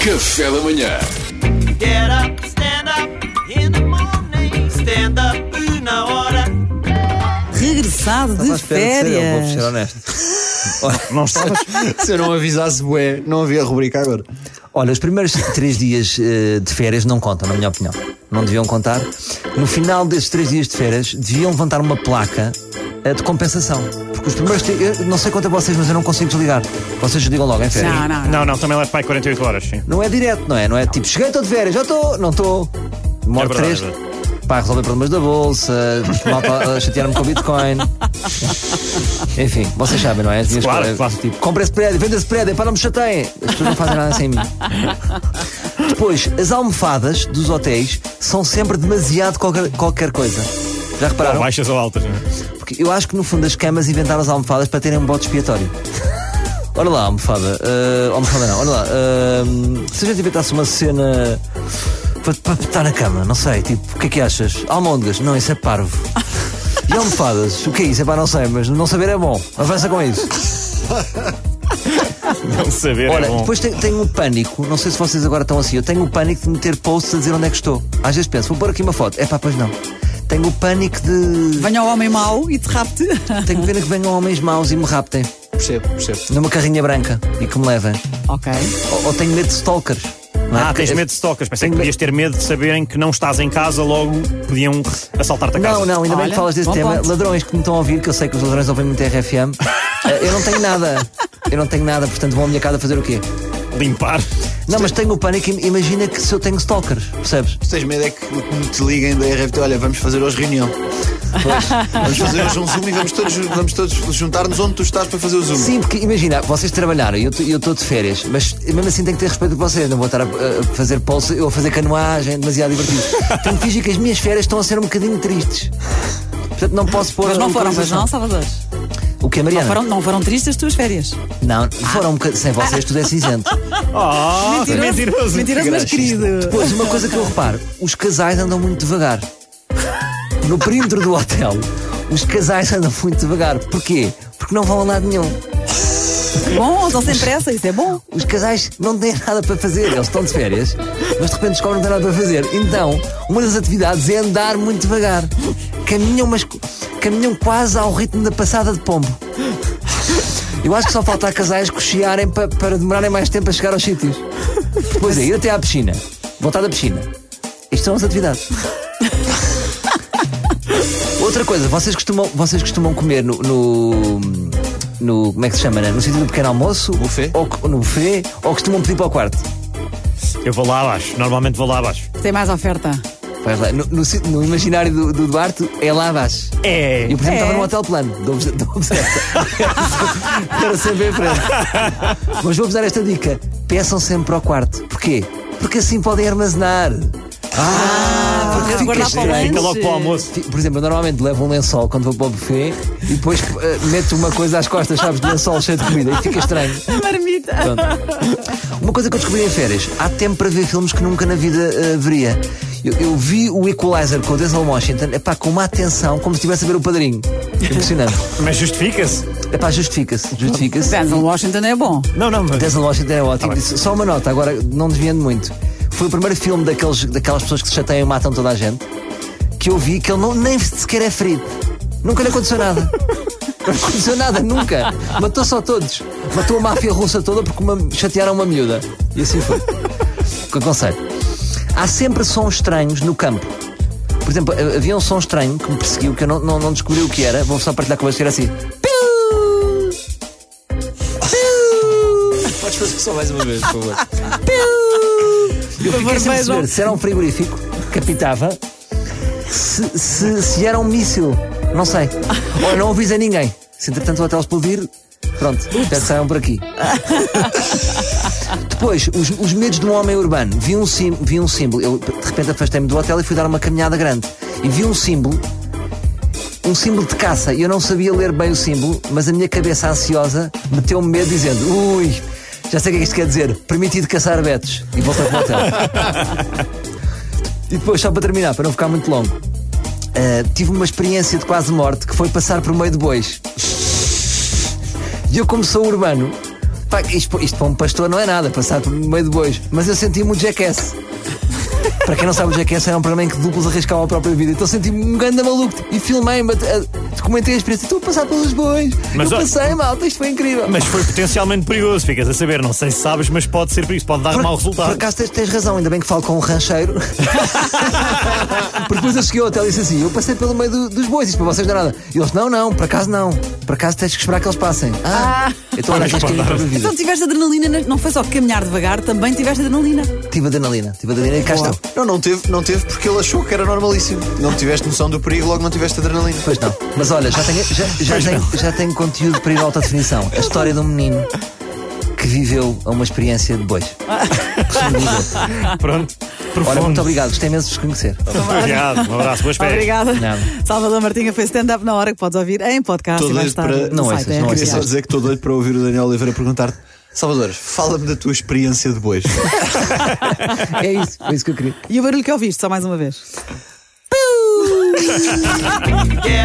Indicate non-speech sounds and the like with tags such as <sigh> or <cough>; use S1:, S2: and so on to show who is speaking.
S1: Café da manhã.
S2: Get up, stand up in the morning. Stand up na hora.
S3: Regressado
S4: Estava à
S3: de
S4: espera de ser eu, vou ser
S3: férias.
S4: <laughs> honesto.
S5: Não estavas? Se eu não avisasse, bué, não havia rubrica agora.
S4: Olha, os primeiros três dias eh, de férias não contam, na minha opinião. Não deviam contar. No final desses três dias de férias, deviam levantar uma placa eh, de compensação. Porque os primeiros. te- eu não sei quanto é vocês, mas eu não consigo desligar. Vocês digam logo em férias.
S3: Não, não, não.
S6: Não, não, também leva para aí 48 horas, sim.
S4: Não é direto, não é? Não é tipo, cheguei, estou de férias, já estou, não estou.
S6: É
S4: Demoro
S6: verdade,
S4: três.
S6: é
S4: Pá, resolver problemas da bolsa,
S6: <laughs>
S4: malta a chatear-me com o Bitcoin. Enfim, vocês sabem, não é? As minhas
S6: Claro,
S4: colegas,
S6: claro.
S4: Tipo, compra esse prédio, venda esse prédio, pá, não me chateiem. As pessoas não fazem nada sem mim. Depois, as almofadas dos hotéis são sempre demasiado qualquer, qualquer coisa. Já repararam?
S6: Baixas ou altas, não é?
S4: Porque eu acho que no fundo as camas inventaram as almofadas para terem um bote expiatório. Olha lá, almofada. Ah, almofada não, olha lá. ah, se a gente inventasse uma cena para, para estar na cama, não sei, tipo, o que é que achas? Almôndegas? Não, isso é parvo. E almofadas? O que é isso? É para não sei, mas não saber é bom. Avança com isso.
S6: <laughs> Não saber
S4: Olha,
S6: é bom.
S4: depois te- tenho um pânico, não sei se vocês agora estão assim, eu tenho um pânico de meter posts a dizer onde é que estou. Às vezes penso, vou pôr aqui uma foto. É pá, pois não. Tenho o pânico
S3: <laughs>
S4: de.
S3: Venha o homem mau e te
S4: <laughs>
S3: rapte.
S4: Tenho pena que venham homens maus e me raptem.
S5: Percebo, percebo.
S4: numa carrinha branca e que me levem.
S3: Ok.
S4: Ou, ou tenho medo de stalkers. não é?
S6: Ah, tens
S4: Porque-
S6: medo de stalkers. Pensei que
S4: Tenho-
S6: podias ter medo de saberem que não estás em casa, logo podiam assaltar-te a casa.
S4: Não, não, ainda bem
S3: Olha,
S4: que falas desse
S3: bom
S4: tema.
S3: ponto.
S4: Ladrões que me estão a ouvir, que eu sei que os ladrões ouvem
S6: <laughs>
S4: muito RFM. Eh, eu não tenho nada. Eu não tenho nada, portanto vão à minha casa fazer o quê?
S6: <laughs> Limpar.
S4: Não, mas tenho o pânico. im- Imagina que se eu tenho stalkers, percebes?
S5: Se tens medo é que me te liguem da RFT, olha, vamos fazer hoje reunião. Vamos fazer hoje um Zoom e vamos todos, vamos todos juntar-nos onde tu estás para fazer o Zoom.
S4: Sim, porque imagina, vocês trabalharam e eu estou de férias, mas mesmo assim tenho que ter respeito por vocês. Não vou estar a, a fazer pulso, eu a fazer canoagem, demasiado
S6: <laughs>
S4: divertido. tenho que fingir que as minhas férias estão a ser um bocadinho tristes. Portanto, não posso pôr.
S3: Mas
S4: a
S3: não foram, mas
S4: localização.
S3: não, Salvador.
S4: O que é,
S3: Não
S4: Mariana?
S3: foram, não foram tristes as tuas férias.
S4: Não, foram um bocadinho. Sem vocês tudo é cinzento.
S6: Ah, mentiroso.
S3: Mentiroso, mas querido.
S4: Depois, uma coisa que eu reparo: os casais andam muito devagar. No perímetro do hotel, os casais andam muito devagar. Porquê? Porque não vão a lado nenhum.
S3: Bom, estão sem pressa, isso é bom.
S4: Os casais não têm <laughs> nada para fazer. Eles estão de férias, mas de repente descobrem que não têm nada para fazer. Então, uma das atividades é andar muito devagar. Caminham, mas caminham quase ao ritmo da passada de pombo. Eu acho que só falta a casais cochearem pa- para demorarem mais tempo a chegar aos sítios. Pois é, ir até à piscina, voltar da piscina. Isto são as atividades. Outra coisa, vocês costumam, vocês costumam comer no, no, no- Como é que se chama? né? No sítio do pequeno almoço?
S5: Buffet?
S4: Ou co- no buffet? Ou costumam pedir para o quarto?
S6: Eu vou lá abaixo. Normalmente vou lá abaixo.
S3: Tem mais oferta.
S4: Vai lá. No, no sítio- no imaginário do, do Duarte, é lá abaixo.
S6: É.
S4: Eu, por exemplo,
S3: É.
S4: estava num hotel plano. Dou-vos <laughs> dou-vos esta. Era sempre em frente. Mas vou-vos dar esta dica. Peçam sempre para o quarto. Porquê? Porque assim podem armazenar. Ah,
S3: podemos guardar para o
S4: estranho.
S6: Fica
S3: Antes-
S6: logo para o almoço.
S4: Fi- Por exemplo, eu normalmente levo um lençol quando vou para o buffet e depois eh, meto uma coisa às costas, sabes, de lençol cheio de comida e fica estranho.
S3: Marmita.
S4: Pronto. Uma coisa que eu descobri em férias: há tempo para ver filmes que nunca na vida eh, veria. Eu, eu vi o Equalizer com o Denzel Washington, epá, com uma atenção, como se estivesse a ver o padrinho. Impressionante.
S6: Mas justifica-se?
S4: Epá, justifica-se, justifica-se.
S3: Denzel Washington é bom.
S6: Não, não, mas.
S4: Denzel Washington é
S6: Tá
S4: ótimo.
S6: bem.
S4: Só uma nota, agora não desviando muito. Foi o primeiro filme daqueles, daquelas pessoas que se chateiam e matam toda a gente que eu vi que ele não, nem sequer é ferido. Nunca lhe
S6: <laughs>
S4: aconteceu nada. Não lhe aconteceu nada, nunca. Matou só todos. Matou a máfia russa toda porque uma, chatearam uma miúda. E assim foi. Que aconselho. Há sempre sons estranhos no campo. Por exemplo, ha- havia um som estranho que me perseguiu, que eu não, não, não descobri o que era. Vou só partilhar com vocês, que era assim. Piu!
S5: Podes fazer só mais uma vez, por favor.
S4: Eu fiquei sem perceber se era um frigorífico que apitava, se, se, se era um míssil, não sei. Ou não avisa ninguém. Se entretanto o hotel explodir, pronto, já saiam por aqui. Depois, os, os medos de um homem urbano. Vi um, sim, vi um símbolo, eu de repente afastei-me do hotel e fui dar uma caminhada grande. E vi um símbolo, um símbolo de caça. E eu não sabia ler bem o símbolo, mas a minha cabeça ansiosa meteu-me medo dizendo: ui, já sei o que é que isto quer dizer. Permitido caçar betos. E voltei para o hotel. E depois, só para terminar, para não ficar muito longo, ah, tive uma experiência de quase morte que foi passar por meio de bois. E eu, como sou urbano, Pá, isto, isto para um pastor não é nada, passar por meio de bois. Mas eu senti-me o Jackass. Para quem não sabe, o Jackass era um programa em que duplos arriscavam a própria vida. Então senti-me um grande maluco e filmei-me, a- a- documentei a experiência. Estou a passar pelos bois.
S6: Mas,
S4: eu
S6: ó-
S4: passei, malta, isto foi incrível.
S6: Mas foi potencialmente perigoso, ficas a saber. Não sei se sabes, mas pode ser perigoso, pode dar mau
S4: Por
S6: resultado.
S4: acaso tens, tens razão, ainda bem que falo com um rancheiro.
S6: <laughs>
S4: Porque depois eu cheguei ao hotel e disse assim: Eu passei pelo meio do- dos bois, isto para vocês não é nada. E eles: Não, não, por acaso não. Por acaso tens que esperar que eles passem. Ah, então olha, tens que ir para a vida.
S3: Então tiveste adrenalina, na- não foi só caminhar devagar, também tiveste adrenalina.
S4: Tive adrenalina, tive adrenalina e cá estou.
S5: Não, não teve, não teve porque ele achou que era normalíssimo. Não tiveste noção do perigo, logo não tiveste adrenalina.
S4: Pois não. Mas olha, já tenho, já, já tenho, já tenho conteúdo para ir à alta definição. A história de um menino que viveu uma experiência de bois.
S6: <laughs> Pronto,
S4: Ora, muito
S6: profundo.
S4: obrigado, gostei imenso de vos conhecer.
S6: <laughs> Obrigado, um abraço, boas férias.
S3: Obrigada.
S4: Nada.
S3: Salvador Martinha foi stand-up na hora que podes ouvir em podcast
S5: Todo
S3: e vai
S5: este
S3: estar
S5: para-
S3: no
S4: não
S3: site é
S4: essas,
S3: da
S4: não
S5: Queria
S3: RTP.
S5: é só dizer que estou doido para ouvir o Daniel Oliveira perguntar te Salvador, fala-me da tua experiência de bois.
S4: É isso, é isso que eu queria.
S3: E o barulho que ouviste, só mais uma vez.
S2: Yeah.